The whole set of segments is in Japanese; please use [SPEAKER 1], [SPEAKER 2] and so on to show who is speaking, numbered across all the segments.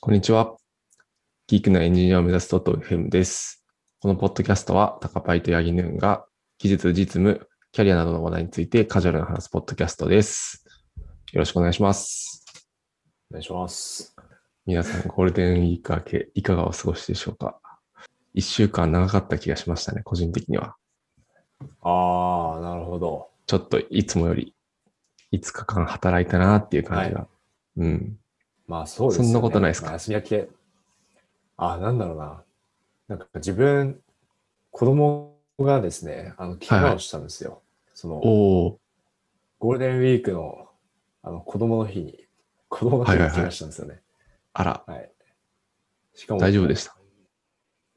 [SPEAKER 1] こんにちは。ギークなエンジニアを目指す .fm です。このポッドキャストは、タカパイとヤギヌーンが技術、実務、キャリアなどの話題についてカジュアルな話すポッドキャストです。よろしくお願いします。
[SPEAKER 2] お願いします。
[SPEAKER 1] 皆さん、ゴールデンウィーク明け、いかがお過ごしでしょうか一週間長かった気がしましたね、個人的には。
[SPEAKER 2] ああ、なるほど。
[SPEAKER 1] ちょっといつもより5日間働いたなっていう感じが。うん。
[SPEAKER 2] まあそうですよ
[SPEAKER 1] そ
[SPEAKER 2] ね。
[SPEAKER 1] んなことないですか
[SPEAKER 2] まあ休み明け。ああ、なんだろうな。なんか自分、子供がですね、あの、怪我をしたんですよ。その、
[SPEAKER 1] おー、
[SPEAKER 2] ゴールデンウィークの、あの、子供の日に、子供の日に
[SPEAKER 1] はいはいはい
[SPEAKER 2] 怪我したんですよね。
[SPEAKER 1] あら、
[SPEAKER 2] はい、しかも、
[SPEAKER 1] 大丈夫で
[SPEAKER 2] し
[SPEAKER 1] した。
[SPEAKER 2] た。い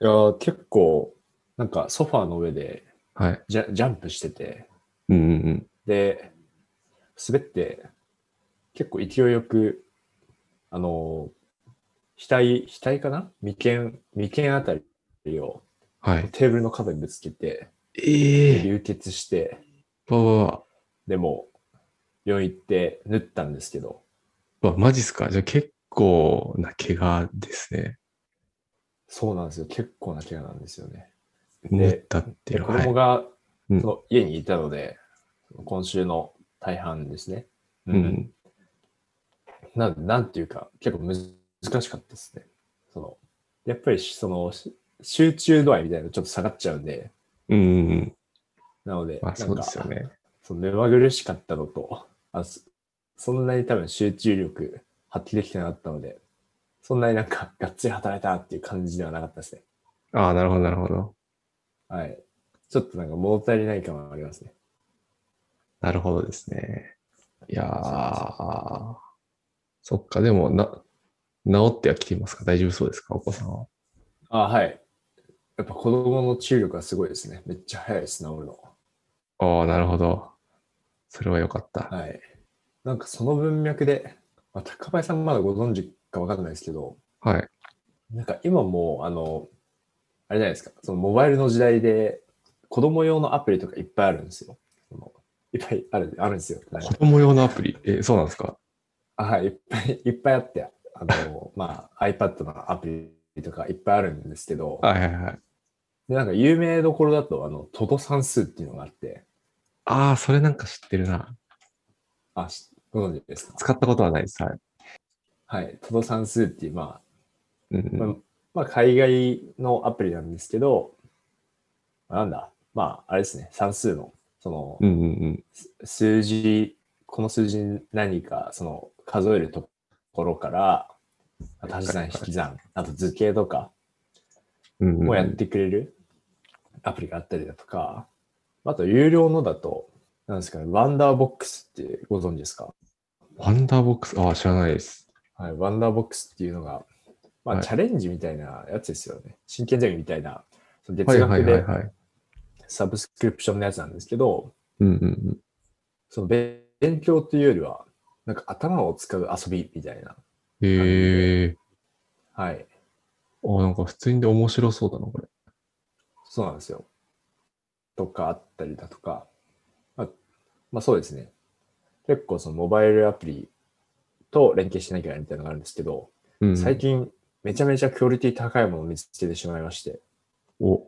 [SPEAKER 2] やー、結構、なんかソファーの上で
[SPEAKER 1] はい。
[SPEAKER 2] ジャジャンプしてて、
[SPEAKER 1] うんうんうん。
[SPEAKER 2] で、滑って、結構勢いよく、あのー、額、額かな眉間、眉間あたりを
[SPEAKER 1] はい。
[SPEAKER 2] テーブルの角にぶつけて、
[SPEAKER 1] ええー。
[SPEAKER 2] 流血して、
[SPEAKER 1] わわわ。
[SPEAKER 2] でも、病院行って縫ったんですけど、
[SPEAKER 1] うわ、マジっすかじゃあ結構な怪我ですね。
[SPEAKER 2] そうなんですよ。結構な怪我なんですよね。
[SPEAKER 1] 縫ったってい
[SPEAKER 2] で、
[SPEAKER 1] うの
[SPEAKER 2] 子
[SPEAKER 1] は。はい
[SPEAKER 2] 供が、
[SPEAKER 1] うん
[SPEAKER 2] その家にいたので、今週の大半ですね。
[SPEAKER 1] う
[SPEAKER 2] う
[SPEAKER 1] んうん。
[SPEAKER 2] なんなんていうか、結構難しかったですね。そのやっぱりしそのし集中度合いみたいなのちょっと下がっちゃうんで、
[SPEAKER 1] うんうんうん。
[SPEAKER 2] なので、
[SPEAKER 1] まあ
[SPEAKER 2] なんか
[SPEAKER 1] そうですよね。
[SPEAKER 2] その目まぐるしかったのとあそ、そんなに多分集中力発揮できてなかったので、そんなになんかがっつり働いたっていう感じではなかったですね。
[SPEAKER 1] ああ、なるほど、なるほど。
[SPEAKER 2] はい。ちょっとなんか物足りない感はありますね。
[SPEAKER 1] なるほどですね。いやー、そっか、でも、な、治ってはきてますか大丈夫そうですかお子さんは。
[SPEAKER 2] あ、はい。やっぱ子供の注力がすごいですね。めっちゃ早いです、治るの。
[SPEAKER 1] ああ、なるほど。それはよかった。
[SPEAKER 2] はい。なんかその文脈で、まあ、高林さんまだご存知かわかんないですけど、
[SPEAKER 1] はい。
[SPEAKER 2] なんか今もう、あの、あれじゃないですか、そのモバイルの時代で、子供用のアプリとかいっぱいあるんですよ。そのいっぱいあるあるんですよ。なん
[SPEAKER 1] 子
[SPEAKER 2] か
[SPEAKER 1] 供用のアプリ。え、そうなんですか
[SPEAKER 2] あはい、いっぱいいっぱいあって、あの、まあ、iPad のアプリとかいっぱいあるんですけど、
[SPEAKER 1] はいはいはい。
[SPEAKER 2] でなんか有名どころだと、あの、トド算数っていうのがあって、
[SPEAKER 1] ああ、それなんか知ってるな。
[SPEAKER 2] あ、しご存知ですか
[SPEAKER 1] 使ったことはないです。はい。
[SPEAKER 2] はい、トド算数っていう、まあ、
[SPEAKER 1] うんうん。
[SPEAKER 2] まあ、海外のアプリなんですけど、まあなんだ、まあ、あれですね、算数の、その
[SPEAKER 1] う、んうんうん。
[SPEAKER 2] 数字、この数字に何か、その、数えるところから、足し算、引き算、あと図形とか
[SPEAKER 1] うんうん
[SPEAKER 2] をやってくれるアプリがあったりだとか、あと、有料のだと、なんですかね、ワンダーボックスってご存知ですか
[SPEAKER 1] ワンダーボックス、ああ、知らないです。
[SPEAKER 2] はい、ワンダーボックスっていうのが、まあ、
[SPEAKER 1] はい
[SPEAKER 2] チャレンジみたいなやつですよね。真剣ゼミみたいな、その
[SPEAKER 1] はいは
[SPEAKER 2] 月
[SPEAKER 1] い
[SPEAKER 2] 額
[SPEAKER 1] はい
[SPEAKER 2] で
[SPEAKER 1] はい。
[SPEAKER 2] サブスクリプションのやつなんですけど、
[SPEAKER 1] うんうんうん。
[SPEAKER 2] その勉勉強というよりは、なんか頭を使う遊びみたいな。
[SPEAKER 1] へえ
[SPEAKER 2] はい。
[SPEAKER 1] ー。あ、なんか普通に面白そうだな、これ。
[SPEAKER 2] そうなんですよ。とかあったりだとか。まあ、まあ、そうですね。結構そのモバイルアプリと連携しなきゃいけないみたいなのがあるんですけど、
[SPEAKER 1] うん。
[SPEAKER 2] 最近めちゃめちゃクオリティ高いものを見つけてしまいまして、
[SPEAKER 1] お、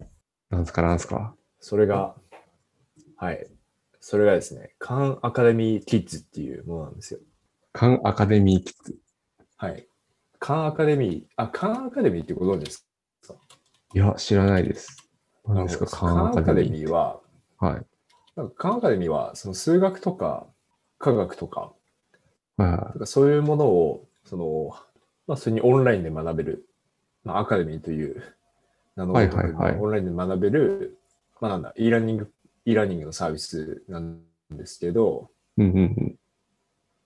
[SPEAKER 1] なんすかなんすか。
[SPEAKER 2] それが、はい。それがですね、カンアカデミーキッズっていうものなんですよ。
[SPEAKER 1] カンアカデミーキッズ。
[SPEAKER 2] はい。カンアカデミー、あ、カンアカデミーってご存知ですか
[SPEAKER 1] いや、知らないです。何ですか、
[SPEAKER 2] カ
[SPEAKER 1] カ
[SPEAKER 2] ン
[SPEAKER 1] ン
[SPEAKER 2] ア
[SPEAKER 1] ア
[SPEAKER 2] カ
[SPEAKER 1] カ
[SPEAKER 2] デ
[SPEAKER 1] デミー。
[SPEAKER 2] ミーは、
[SPEAKER 1] はい。
[SPEAKER 2] なんかカンアカデミーはその数学とか科学とか、
[SPEAKER 1] は
[SPEAKER 2] なんかそういうものを、その、まあ、それにオンラインで学べる、まあ、アカデミーという名の
[SPEAKER 1] はいはいはい
[SPEAKER 2] オンラインで学べる、まあ、なんだ、e ラーニング、e ラーニングのサービスなんですけど、
[SPEAKER 1] い。うんうんうん。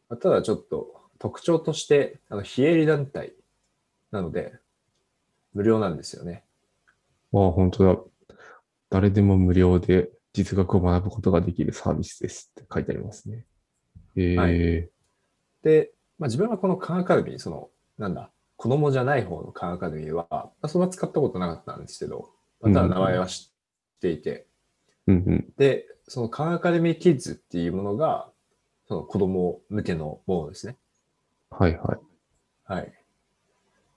[SPEAKER 2] まあただちょっと特徴として、あの、非営利団体なので、無料なんですよね。
[SPEAKER 1] ああ、本当だ。誰でも無料で実学を学ぶことができるサービスですって書いてありますね。へえー。
[SPEAKER 2] は
[SPEAKER 1] はいい
[SPEAKER 2] で、まあ、自分はこのカンアカデミー、その、なんだ、子供じゃない方のカンアカデミーは、まあ、そんな使ったことなかったんですけど、まあただ名前は知っていて、
[SPEAKER 1] うんうん。
[SPEAKER 2] で、そのカンアカデミーキッズっていうものが、その子供向けのものですね。
[SPEAKER 1] はいはい。
[SPEAKER 2] はい。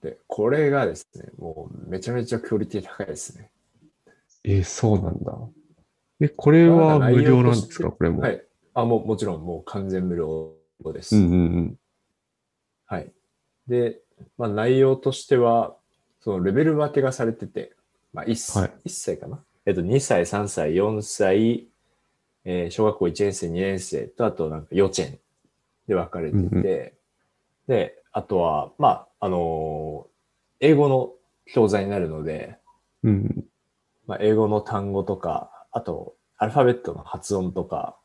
[SPEAKER 2] で、これがですね、もうめちゃめちゃクオリティ高いですね。
[SPEAKER 1] えーそうなんだ。え、これは無料なんですかこれも。
[SPEAKER 2] はい。あ、もうもちろんもう完全無料です。
[SPEAKER 1] うんうんうん。
[SPEAKER 2] はい。で、まあ、内容としては、そのレベル分けがされてて、まあ 1,、
[SPEAKER 1] はい
[SPEAKER 2] 1歳かなえっと、2歳、3歳、4歳、えー小学校1年生、2年生と、あとなんか幼稚園で分かれてて、
[SPEAKER 1] うんうん
[SPEAKER 2] で、あとは、まあ、あのー英語の教材になるので、
[SPEAKER 1] うん
[SPEAKER 2] まあ、英語の単語とか、あと、アルファベットの発音とか、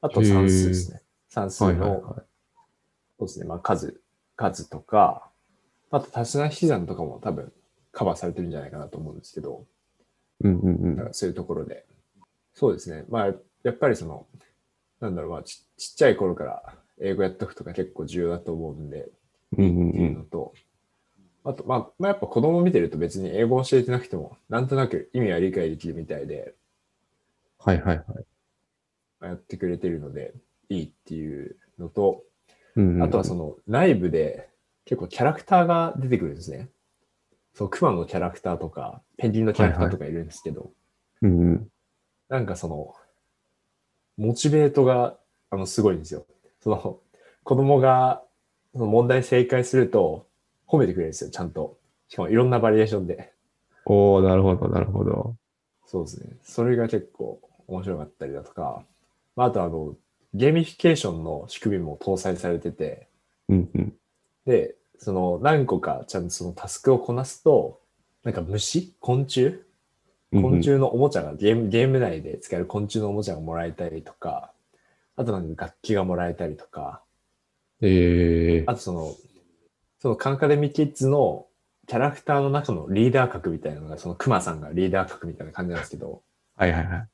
[SPEAKER 2] あと算数ですね。算
[SPEAKER 1] うん。
[SPEAKER 2] 数
[SPEAKER 1] はいはい
[SPEAKER 2] の
[SPEAKER 1] は
[SPEAKER 2] そうですね。まあ、数、数とか、あと、足し算引き算とかも多分カバーされてるんじゃないかなと思うんですけど、
[SPEAKER 1] い。うんうん
[SPEAKER 2] だ
[SPEAKER 1] う
[SPEAKER 2] か
[SPEAKER 1] ん。
[SPEAKER 2] らそういうところで。そうですね。まあ、やっぱりその、なんだろう、まあち、ちっちゃい頃から英語やっとくとか結構重要だと思うんで、
[SPEAKER 1] うん
[SPEAKER 2] って
[SPEAKER 1] う
[SPEAKER 2] いうの
[SPEAKER 1] ん
[SPEAKER 2] と、あと、まあ、まあ、やっぱ子供見てると別に英語教えてなくても、なんとなく意味は理解できるみたいで、
[SPEAKER 1] はいはいはい。
[SPEAKER 2] まあやってくれてるので、いいっていうのと、
[SPEAKER 1] うんうんうん
[SPEAKER 2] あとはその内部で結構キャラクターが出てくるんですね。そう、クマのキャラクターとか、ペンギンのキャラクターとかいるんですけど、
[SPEAKER 1] うんうん。
[SPEAKER 2] なんかその、モチベートが、あの、すごいんですよ。その、子供が、その問題正解すると、褒めてくれるんですよ、ちゃんと。しかもいろんなバリエーションで。
[SPEAKER 1] おおなるほど、なるほど。
[SPEAKER 2] そうですね。それが結構面白かったりだとか、まあ、あとあの、ゲーミフィケーションの仕組みも搭載されてて、
[SPEAKER 1] うんうん。
[SPEAKER 2] で、その何個かちゃんとそのタスクをこなすと、なんか虫昆虫
[SPEAKER 1] うんうん
[SPEAKER 2] 昆虫のおもちゃが、ゲーム、ゲーム内で使える昆虫のおもちゃがもらえたりとか、あとなんか楽器がもらえたりとか、
[SPEAKER 1] えー
[SPEAKER 2] あとその、そのカンカデミキッズのキャラクターの中のリーダー格みたいなのが、そのクマさんがリーダー格みたいな感じなんですけど、
[SPEAKER 1] はいはいはい。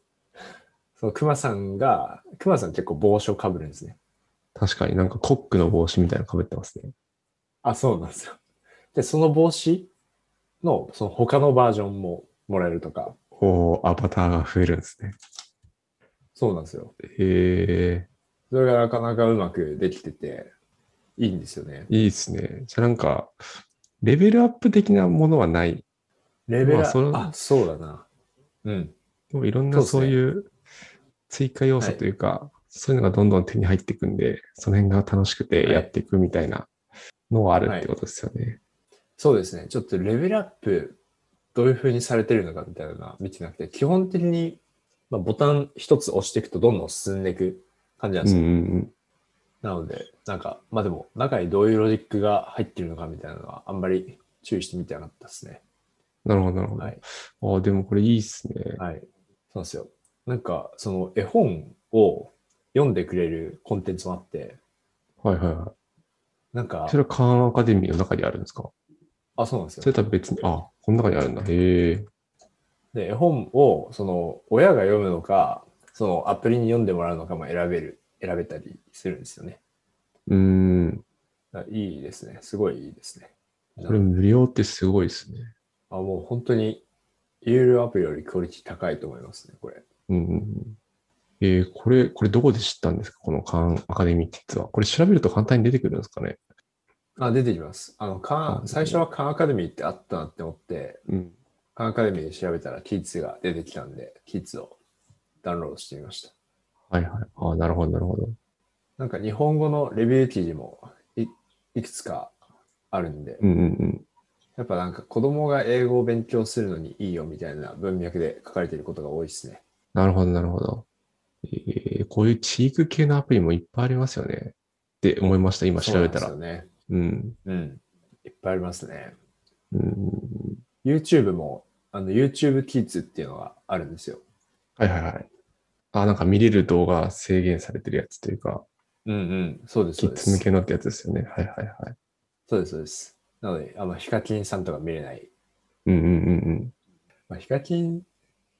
[SPEAKER 2] そのクマさんが、クマさん結構帽子をかぶるんですね。
[SPEAKER 1] 確かになんかコックの帽子みたいなの被ってますね。
[SPEAKER 2] あ、そうなんですよ。で、その帽子の、その他のバージョンももらえるとか、
[SPEAKER 1] おおアバターが増えるんですね。
[SPEAKER 2] そうなんですよ。
[SPEAKER 1] え
[SPEAKER 2] それがなかなかうまくできてて、いいんですよね。
[SPEAKER 1] ー、いいですね。じゃあなんか、レベルアップ的なものはない。
[SPEAKER 2] レベル、
[SPEAKER 1] まあそれ
[SPEAKER 2] あ、そうだな。うん。
[SPEAKER 1] でもいろんな
[SPEAKER 2] そ
[SPEAKER 1] そうう
[SPEAKER 2] ですね
[SPEAKER 1] いう追加要素というか、そういうのがどんどん手に入っていくんで、その辺が楽しくてやっていくみたいなのはあるってことですよね。
[SPEAKER 2] そうですね。ちょっとレベルアップ、どういう風にされてるのかみたいなのは見てなくて、基本的に、まあ、ボタン一つ押していくとどんどん進んでいく感じなんで
[SPEAKER 1] う
[SPEAKER 2] す
[SPEAKER 1] ん
[SPEAKER 2] よ。
[SPEAKER 1] うん
[SPEAKER 2] なので、なんか、まあでも、中にどういうロジックが入ってるのかみたいなのは、あんまり注意してみてなかったですね。
[SPEAKER 1] うん。なるほど、なるほど。
[SPEAKER 2] はい。
[SPEAKER 1] ああ、でもこれいいっすね。
[SPEAKER 2] はい。そうなんですよ。なんか、その絵本を読んでくれるコンテンツもあって、
[SPEAKER 1] はいはいは
[SPEAKER 2] なんか
[SPEAKER 1] い。そ、れはカーンアカデミーの中にあるんですか
[SPEAKER 2] あ、そうなんですよ
[SPEAKER 1] それ。とは別に、あ、この中にあるんだ。へえ。
[SPEAKER 2] で、絵本を、その、親が読むのか、その、アプリに読んでもらうのかも選べる、選べたりするんですよね。
[SPEAKER 1] うーん。
[SPEAKER 2] だからいいですね。すごいいいですね。
[SPEAKER 1] これ無料ってすごいですね。
[SPEAKER 2] あもう本当に、有料アプリよりクオリティ高いと思いますね、これ。
[SPEAKER 1] うんうんうん。えー、これ、これどこで知ったんですかこのカーンアカデミーって実は。これ調べると簡単に出てくるんですかね
[SPEAKER 2] あ、出てきます。あの、カ
[SPEAKER 1] あ
[SPEAKER 2] ン、最初はカンアカデミーってあったなって思って、
[SPEAKER 1] うん。
[SPEAKER 2] カンアカデミーで調べたらキッズが出てきたんで、キッズをダウンロードしてみました。
[SPEAKER 1] はいはい。ああ、なるほど、なるほど。
[SPEAKER 2] なんか日本語のレビュー記事もいいくつかあるんで、
[SPEAKER 1] うんうんうん。
[SPEAKER 2] やっぱなんか子供が英語を勉強するのにいいよみたいな文脈で書かれていることが多いですね。
[SPEAKER 1] なるほど、なるほど。えー、こういう地域系のアプリもいっぱいありますよね。って思いました、今調べたら。
[SPEAKER 2] そううなんです
[SPEAKER 1] ん
[SPEAKER 2] よね。うん。いっぱいありますね。
[SPEAKER 1] うん。
[SPEAKER 2] YouTube も、あの YouTube Kids っていうのがあるんですよ。
[SPEAKER 1] はいはいはい。あー、なんか見れる動画制限されてるやつというか、
[SPEAKER 2] うんうん。そうです、
[SPEAKER 1] キ
[SPEAKER 2] そ
[SPEAKER 1] ッ
[SPEAKER 2] うで
[SPEAKER 1] ズ向
[SPEAKER 2] す。
[SPEAKER 1] けのってやつですよね。はいはいはい。
[SPEAKER 2] そうです、そうです。なので、あの、ヒカキンさんとか見れない。
[SPEAKER 1] うんうんうんうん。
[SPEAKER 2] まあ、ヒカ キン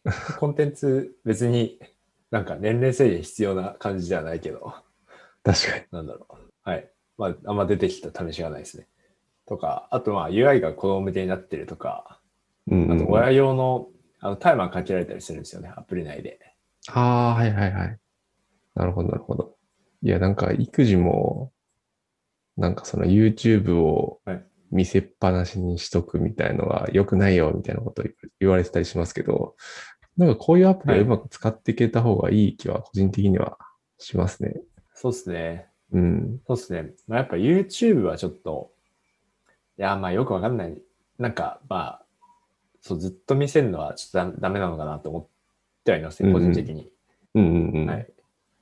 [SPEAKER 2] のコンテンツ、別になんか年齢制限必要な感じではないけど、
[SPEAKER 1] 確かに。
[SPEAKER 2] なんだろう。はい。まあ、あんま出てきた試しがないですね。とか、あとまあ UI が子供向けになってるとか、
[SPEAKER 1] うん、う
[SPEAKER 2] あ
[SPEAKER 1] んう
[SPEAKER 2] と
[SPEAKER 1] ん。
[SPEAKER 2] 親用のあのタイマーかけられたりするんですよね、アプリ内で。
[SPEAKER 1] ああ、はいはいはい。なるほど、なるほど。いや、なんか育児も、なんかその YouTube を
[SPEAKER 2] はい
[SPEAKER 1] 見せっぱなしにしとくみたいのは良くないよみたいなこと言われてたりしますけど、なんかこういうアプリをうまく使っていけた方がいい気は個人的にはしますね。
[SPEAKER 2] そうですね。
[SPEAKER 1] うん。
[SPEAKER 2] そうですね。まあ、やっぱ YouTube はちょっと、いや、まあよくわかんない。なんか、まあ、そう、ずっと見せるのはちょっとダダメなのかなと思ってはいますね、個人的に。
[SPEAKER 1] うんうんうん。
[SPEAKER 2] はい。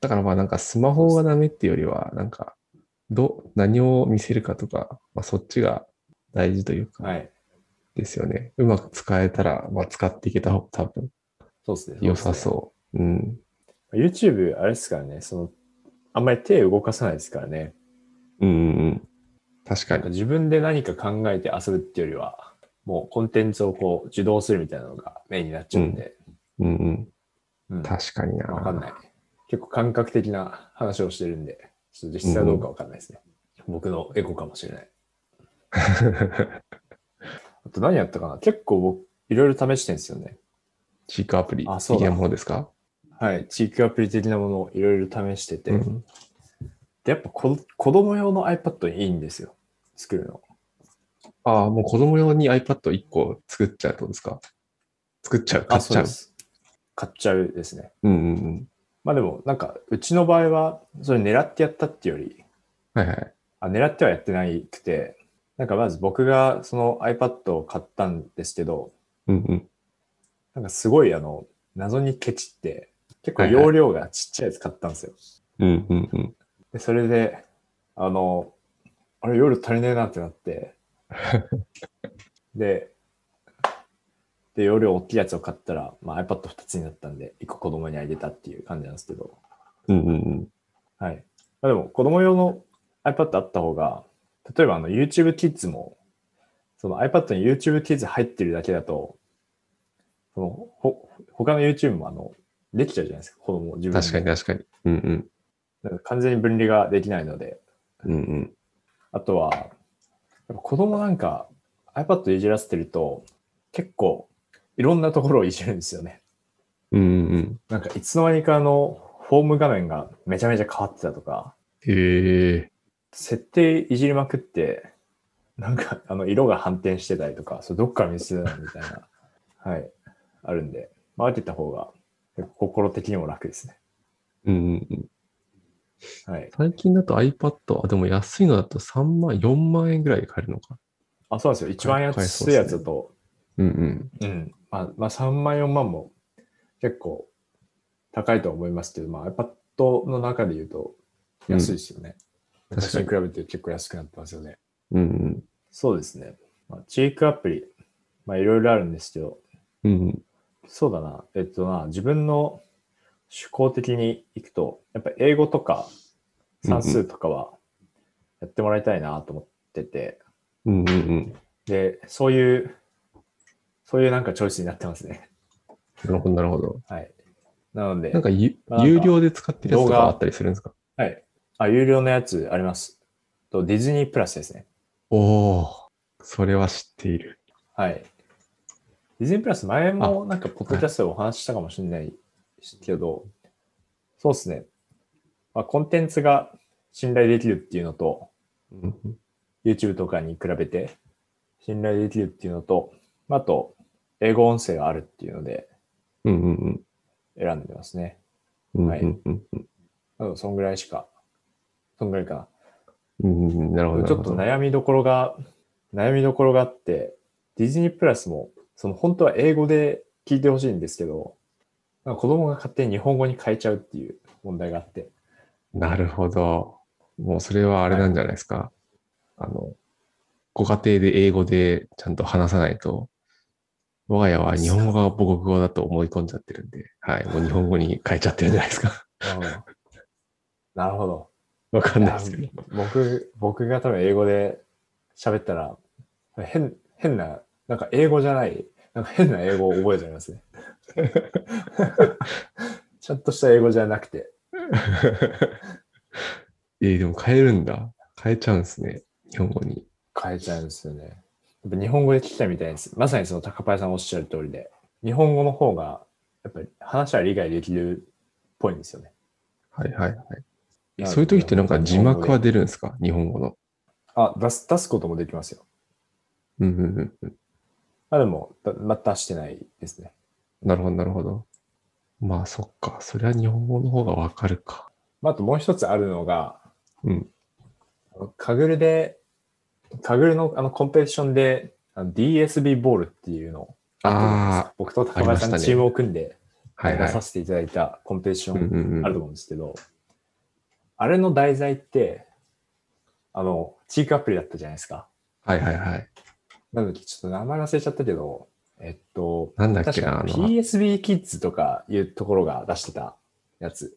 [SPEAKER 1] だからまあなんかスマホがダメっていうよりは、なんか、ど、何を見せるかとか、まあそっちが大事というか、
[SPEAKER 2] はい。
[SPEAKER 1] ですよね。うまく使えたら、まあ使っていけた方が多分
[SPEAKER 2] そうですね。
[SPEAKER 1] 良さそう。うん。
[SPEAKER 2] う。YouTube、あれですからね、その、あんまり手動かさないですからね。
[SPEAKER 1] うんうんうん。確か
[SPEAKER 2] なんか
[SPEAKER 1] に。
[SPEAKER 2] 自分で何か考えて遊ぶっていうよりは、もうコンテンツをこう、受動するみたいなのがメインになっちゃうんで。
[SPEAKER 1] うんうん。
[SPEAKER 2] うん。
[SPEAKER 1] 確かにな。
[SPEAKER 2] わかんない。結構感覚的な話をしてるんで、ちょっと実際はどうかわかんないですね。僕のエゴかもしれ ない。あと何やったかな結構僕、いろいろ試してるんですよね。
[SPEAKER 1] チークアプリ
[SPEAKER 2] あそう
[SPEAKER 1] 的
[SPEAKER 2] だ
[SPEAKER 1] なものですか
[SPEAKER 2] はい。地域アプリ的なものをいろいろ試してて。
[SPEAKER 1] うん
[SPEAKER 2] で、やっぱこ子供用の iPad いいんですよ。作るの。
[SPEAKER 1] ああ、もう子供用に iPad1 個作っちゃうってことですか作っちゃう、買っちゃう。
[SPEAKER 2] す。買っちゃうですね。
[SPEAKER 1] うんうんうん。
[SPEAKER 2] まあでも、なんか、うちの場合は、それ狙ってやったっていうより、
[SPEAKER 1] はいはい。
[SPEAKER 2] あ狙ってはやってないくて、なんかまず僕がその iPad を買ったんですけど、
[SPEAKER 1] うんうん。
[SPEAKER 2] なんかすごいあの、謎にケチって、結構
[SPEAKER 1] はいはい
[SPEAKER 2] 容量がちっちゃいやつ買ったんですよ。
[SPEAKER 1] うんうんうん。
[SPEAKER 2] で、それで、あの、あれ夜足りねえなって なって、で、で、容量大きいやつを買ったら、まあ、iPad2 つになったんで、1個子供にあげたっていう感じなんですけど、
[SPEAKER 1] うんうんうん。
[SPEAKER 2] はい。まあ、でも、子供用の iPad あった方が、例えばあの YouTube Kids も、その iPad に YouTube Kids 入ってるだけだと、そのほ他の YouTube もあのできちゃうじゃないですか、子供自分で
[SPEAKER 1] 確かに確かに。うんうん。
[SPEAKER 2] だから完全に分離ができないので、
[SPEAKER 1] うんうん。
[SPEAKER 2] あとは、やっぱ子供なんか iPad いじらせてると、結構いろんなところをいじるんですよね。
[SPEAKER 1] うんうんうん。
[SPEAKER 2] なんかいつの間にかあのホーム画面がめちゃめちゃ変わってたとか、
[SPEAKER 1] へえ。
[SPEAKER 2] 設定いじりまくって、なんか、あの、色が反転してたりとか、それどっから見せてたのみたいな、 はい、あるんで、まあ、分けた方が、結構心的にも楽ですね。
[SPEAKER 1] うんうんうん。
[SPEAKER 2] はい。
[SPEAKER 1] 最近だと iPad、あ、でも安いのだと3万、4万円ぐらいで買えるのか。
[SPEAKER 2] あ、そうなんですよ。一番
[SPEAKER 1] はい
[SPEAKER 2] 安いやつだと、
[SPEAKER 1] うんうん。
[SPEAKER 2] うん。まあ、まあ、3万、4万も結構高いとは思いますけど、まあ、iPad の中で言うと安いですよね。
[SPEAKER 1] うん確
[SPEAKER 2] 昔
[SPEAKER 1] か
[SPEAKER 2] に
[SPEAKER 1] に
[SPEAKER 2] 比べて結構安くなってますよね。
[SPEAKER 1] うん
[SPEAKER 2] そうですね。まあ、チークアプリ、まあ、いろいろあるんですけど、
[SPEAKER 1] うん。うんうん。
[SPEAKER 2] そうだな。えっとな、自分の趣向的に行くと、やっぱ英語とか算数とかはやってもらいたいなと思ってて、
[SPEAKER 1] うんうんうん。
[SPEAKER 2] で、そういう、そういうなんかチョイスになってますね。
[SPEAKER 1] なるほど、なるほど。
[SPEAKER 2] はい。なので
[SPEAKER 1] なん、かゆ、
[SPEAKER 2] まあなんか
[SPEAKER 1] 有料で使ってるやつとかあったりするんですか
[SPEAKER 2] はい。あ、有料のやつあります。と、ディズニープラスですね。
[SPEAKER 1] おお、それは知っている。
[SPEAKER 2] はい。ディズニープラス前もなんかポッドキャストでお話ししたかもしれないけど、そうですね。まあ、コンテンツが信頼できるっていうのと、
[SPEAKER 1] うんうん
[SPEAKER 2] YouTube とかに比べて信頼できるっていうのと、あと、英語音声があるっていうので
[SPEAKER 1] うんうん
[SPEAKER 2] 選んでますね。
[SPEAKER 1] うん。
[SPEAKER 2] はい
[SPEAKER 1] うんうんうん
[SPEAKER 2] あと、そんぐらいしか、そんぐらいか
[SPEAKER 1] うんうんうんなるほど。な
[SPEAKER 2] な。ち
[SPEAKER 1] る
[SPEAKER 2] ょ
[SPEAKER 1] ほ
[SPEAKER 2] っと
[SPEAKER 1] ど
[SPEAKER 2] 悩みどころが、悩みどころがあって、ディズニープラスも、その本当は英語で聞いてほしいんですけど、なんか子供が勝手に日本語に変えちゃうっていう問題があって。
[SPEAKER 1] なるほど。もうそれはあれなんじゃないですか。あの、ご家庭で英語でちゃんと話さないと、我が家は日本語が母国語だと思い込んじゃってるんで、はい、もう日本語に変えちゃってるん じゃないですか。
[SPEAKER 2] なるほど。
[SPEAKER 1] わかんないですけど。
[SPEAKER 2] 僕、僕が多分英語で喋ったら、変、変な、なんか英語じゃない、なんか変な英語を覚えちゃいま すね。ちゃんとした英語じゃなくて。
[SPEAKER 1] えーでも変えるんだ。変えちゃうんですね。日本語に。
[SPEAKER 2] 変えちゃうんですよね。やっぱ日本語で聞きたいみたいです。まさにその高パイさんおっしゃる通りで、日本語の方が、やっぱり話は理解できるっぽいんですよね。
[SPEAKER 1] はいはいはい。えそういう時ってなんか字幕は
[SPEAKER 2] で。
[SPEAKER 1] 出るんですか日本語の。
[SPEAKER 2] あ、出す、出すこともできますよ。
[SPEAKER 1] うんうんうんうん。
[SPEAKER 2] まあでも、だまあ出してないですね。
[SPEAKER 1] なるほど、なるほど。まあ、そっか。そりゃ日本語の方がわかるか。
[SPEAKER 2] まあ、あともう一つあるのが、
[SPEAKER 1] うん
[SPEAKER 2] あの。カグルで、カグルのあのコンペティションで、あの DSB ボールっていうのを、
[SPEAKER 1] あ
[SPEAKER 2] 僕と高林
[SPEAKER 1] あ
[SPEAKER 2] さん
[SPEAKER 1] りましたね
[SPEAKER 2] チームを組んで、
[SPEAKER 1] あ、はい
[SPEAKER 2] 出
[SPEAKER 1] はい。
[SPEAKER 2] させていただいたコンペティショ
[SPEAKER 1] うん
[SPEAKER 2] ン
[SPEAKER 1] うんうん
[SPEAKER 2] あると思うんですけど、あれの題材って、あの、チークアプリだったじゃないですか。
[SPEAKER 1] はいはいはい。
[SPEAKER 2] なので、ちょっと名前忘れちゃったけど、えっと、
[SPEAKER 1] なんだっけ
[SPEAKER 2] 確
[SPEAKER 1] な、あ
[SPEAKER 2] か
[SPEAKER 1] の、
[SPEAKER 2] PSB キッズとかいうところが出してたやつ。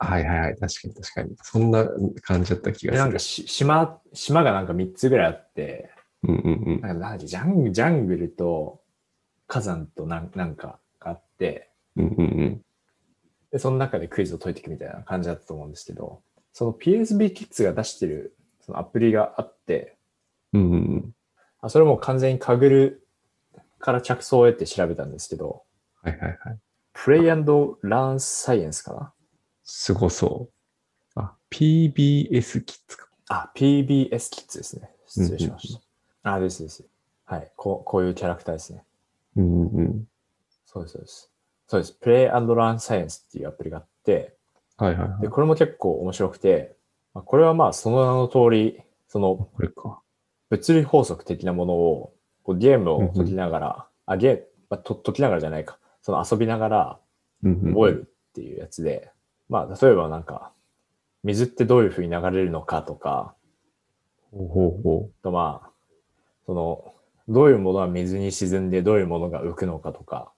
[SPEAKER 1] はいはいはい。確かに確かに。そんな感じだった気
[SPEAKER 2] で
[SPEAKER 1] が
[SPEAKER 2] なん
[SPEAKER 1] す
[SPEAKER 2] か
[SPEAKER 1] る。
[SPEAKER 2] し島、島がなんか3つぐらいあって、
[SPEAKER 1] うんうんうん。
[SPEAKER 2] なんかなんだっけジャングジャングルと火山となんなんかがあって、
[SPEAKER 1] うんうんうん。
[SPEAKER 2] で、その中でクイズを解いていくみたいな感じだったと思うんですけど、その PSB キッズが出してるそのアプリがあって、
[SPEAKER 1] うんうんうん。
[SPEAKER 2] あそれも完全にカグルから着想を得て調べたんですけど、
[SPEAKER 1] はいはいはい。
[SPEAKER 2] プレイランサイエンスかな
[SPEAKER 1] すごそう。あ、PBS キッズか。
[SPEAKER 2] あ、PBS キッズですね。失礼しました。あ、ですです。はいこう。こういうキャラクターですね。
[SPEAKER 1] うんうんうん。
[SPEAKER 2] そうです、そうです。そうです。プレイランサイエンスっていうアプリがあって、
[SPEAKER 1] はいはいはい
[SPEAKER 2] で、。これも結構面白くて、まあこれはまあその名の通り、その
[SPEAKER 1] これか。
[SPEAKER 2] 物理法則的なものを、こうゲームを解きながら、あ、ゲーム、まあ、と解きながらじゃないか。その遊びながら
[SPEAKER 1] うんうん。
[SPEAKER 2] 覚えるっていうやつで、まあ例えばなんか、水ってどういうふうに流れるのかとか、
[SPEAKER 1] ほうほうほ
[SPEAKER 2] とまあ、その、どういうものは水に沈んで、どういうものが浮くのかとか、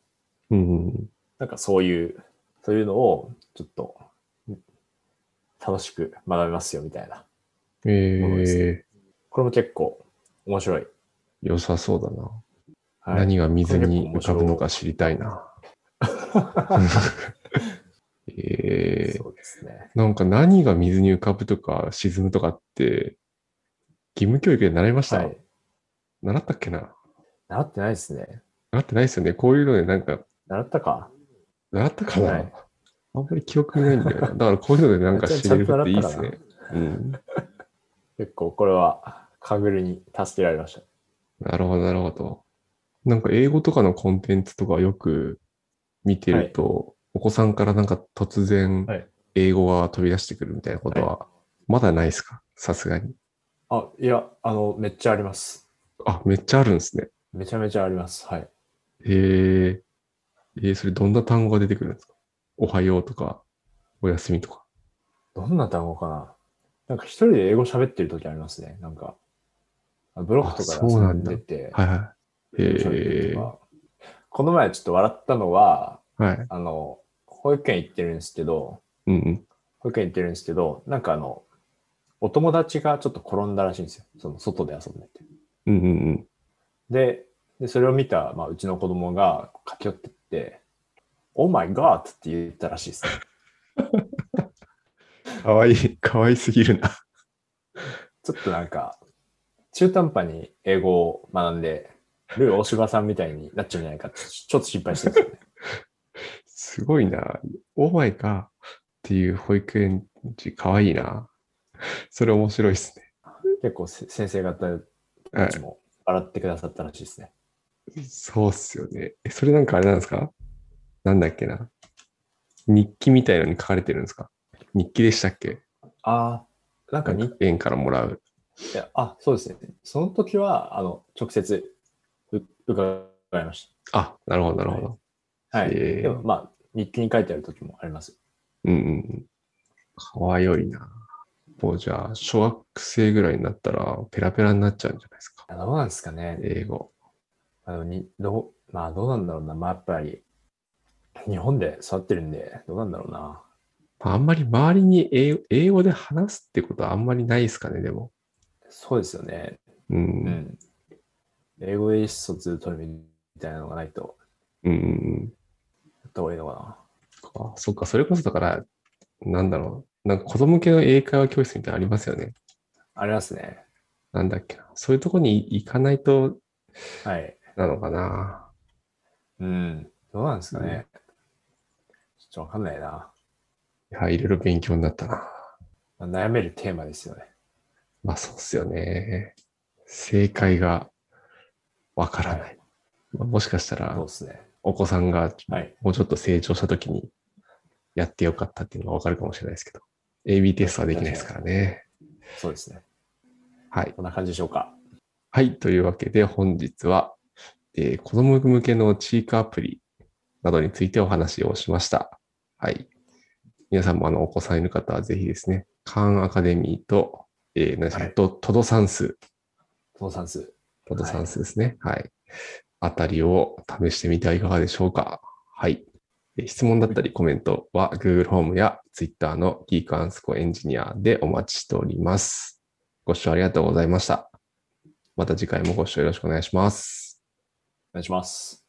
[SPEAKER 1] う。うんうんうん。
[SPEAKER 2] なんかそういう、そういうのをちょっと、楽しく学べますよみたいな。そうです
[SPEAKER 1] え
[SPEAKER 2] ねこれも結構面白い。
[SPEAKER 1] ー、良さそうだな。
[SPEAKER 2] はい、
[SPEAKER 1] 何が水に浮かぶのか知りたい な。 えー
[SPEAKER 2] そうですね。
[SPEAKER 1] なんか何が水に浮かぶとか沈むとかって、義務教育で習いました、
[SPEAKER 2] はい。
[SPEAKER 1] 習ったっけな
[SPEAKER 2] 習ってないですね。
[SPEAKER 1] 習ってないですよね。こういうのでなんか、
[SPEAKER 2] 習ったか。
[SPEAKER 1] 習ったかな、
[SPEAKER 2] はい
[SPEAKER 1] あんまり記憶にないん だよな。だからこういうのでなんか知れるっていいです
[SPEAKER 2] ちゃ
[SPEAKER 1] ね。うん。
[SPEAKER 2] 結構これは、カグルに助けられました。
[SPEAKER 1] なるほど、なるほど。なんか英語とかのコンテンツとかよく見てると、お子さんからなんか突然
[SPEAKER 2] はい
[SPEAKER 1] 英語が飛び出してくるみたいなことは、まだないですかさすがに。
[SPEAKER 2] あ、いや、あの、めっちゃあります。
[SPEAKER 1] あ、めっちゃあるんですね。
[SPEAKER 2] めちゃめちゃあります。はい。
[SPEAKER 1] へえ。えーそれどんな単語が出てくるんですかおはようとか、おやすみとか。
[SPEAKER 2] どんな単語かななんか一人で英語喋ってる時ありますね。なんか、あブロックとか
[SPEAKER 1] あそうなん
[SPEAKER 2] ん
[SPEAKER 1] だ
[SPEAKER 2] でて、
[SPEAKER 1] はいはい。
[SPEAKER 2] 英語喋って
[SPEAKER 1] へ
[SPEAKER 2] る時
[SPEAKER 1] え。
[SPEAKER 2] はこの前ちょっと笑ったのは、
[SPEAKER 1] はい。
[SPEAKER 2] あの、保育園行ってるんですけど、
[SPEAKER 1] うんうん。
[SPEAKER 2] 保育園行ってるんですけど、なんかあの、お友達がちょっと転んだらしいんですよ。その外で遊んでて。
[SPEAKER 1] うんうんうん。
[SPEAKER 2] で、でそれを見た、まあ、うちの子供が駆け寄ってって、Oh my god! って言ったらしいですね。
[SPEAKER 1] かわいい、かわいすぎるな。
[SPEAKER 2] ちょっとなんか、中途半端に英語を学んで、ルー大柴さんみたいになっちゃうんじゃないかって、ちょっと心配してるんですよね。
[SPEAKER 1] すごいな。オーマイかっていう保育園児かわいいな。それ面白いです
[SPEAKER 2] 結構せ先生方
[SPEAKER 1] ね。は
[SPEAKER 2] たちも笑ってくださったらしいですね。
[SPEAKER 1] い。そうっすよね。え、それなんかあれなんですかなんだっけな。日記みたいのに書かれてるんですか日記でしたっけ
[SPEAKER 2] ああ、なんかに、い
[SPEAKER 1] 園からもらう。
[SPEAKER 2] やあ、そうですね。その時は、あの、直接う伺いまし
[SPEAKER 1] あ、なるほど、なるほど。
[SPEAKER 2] た。はい。
[SPEAKER 1] へえ
[SPEAKER 2] でも、まあ、日記に書いてある時もあります。
[SPEAKER 1] うんうんうん。かわよいな。もうじゃあ、小学生ぐらいになったらペラペラになっちゃうんじゃないですか。
[SPEAKER 2] あどうなんですかね。
[SPEAKER 1] 英語。
[SPEAKER 2] あのにどうまあ、どうなんだろうな。まあ、やっぱり、日本で育ってるんで、どうなんだろうな。
[SPEAKER 1] まああんまり周りに英英語で話すってことはあんまりないですかね、でも。
[SPEAKER 2] そうですよね。
[SPEAKER 1] う。
[SPEAKER 2] うんん。英語で意思疎通取るみたいなのがないと、
[SPEAKER 1] うんうんうん。
[SPEAKER 2] やった方がいいのか
[SPEAKER 1] あそっか、それこそだから、なんだろう。なんか子供向けの英会話教室みたいなのありますよね。
[SPEAKER 2] な。ありますね。
[SPEAKER 1] なんだっけな。そういうとこに行かないと
[SPEAKER 2] はい。
[SPEAKER 1] なのかな。
[SPEAKER 2] うん。どうなんですかね。ちょっとわかんないな。
[SPEAKER 1] いや、いろいろ勉強になったな。
[SPEAKER 2] まあ悩めるテーマですよね。
[SPEAKER 1] まあそうっすよね。正解がわからない。まあもしかしたら
[SPEAKER 2] そう、ですね。
[SPEAKER 1] お子さんが
[SPEAKER 2] はい。
[SPEAKER 1] もうちょっと成長したときにやってよかったっていうのがわかるかもしれないですけど、AB テストはできないですからね。
[SPEAKER 2] そうですね。
[SPEAKER 1] はい。
[SPEAKER 2] こんな感じでしょうか。
[SPEAKER 1] はい。というわけで本日は、えー子供向けのチークアプリなどについてお話をしました。はい。皆さんもあのお子さんいる方はぜひですね、カーンアカデミーと、えー、何でしたっ
[SPEAKER 2] は
[SPEAKER 1] け
[SPEAKER 2] い
[SPEAKER 1] と、トド算数、
[SPEAKER 2] その算数。
[SPEAKER 1] トド算数ですね。はい。あたりを試してみてはいかがでしょうか。はい。えー質問だったりコメントは Google ホームや Twitter の Geek アンスコエンジニアでお待ちしております。ご視聴ありがとうございました。また次回もご視聴よろしくお願いします。
[SPEAKER 2] お願いします。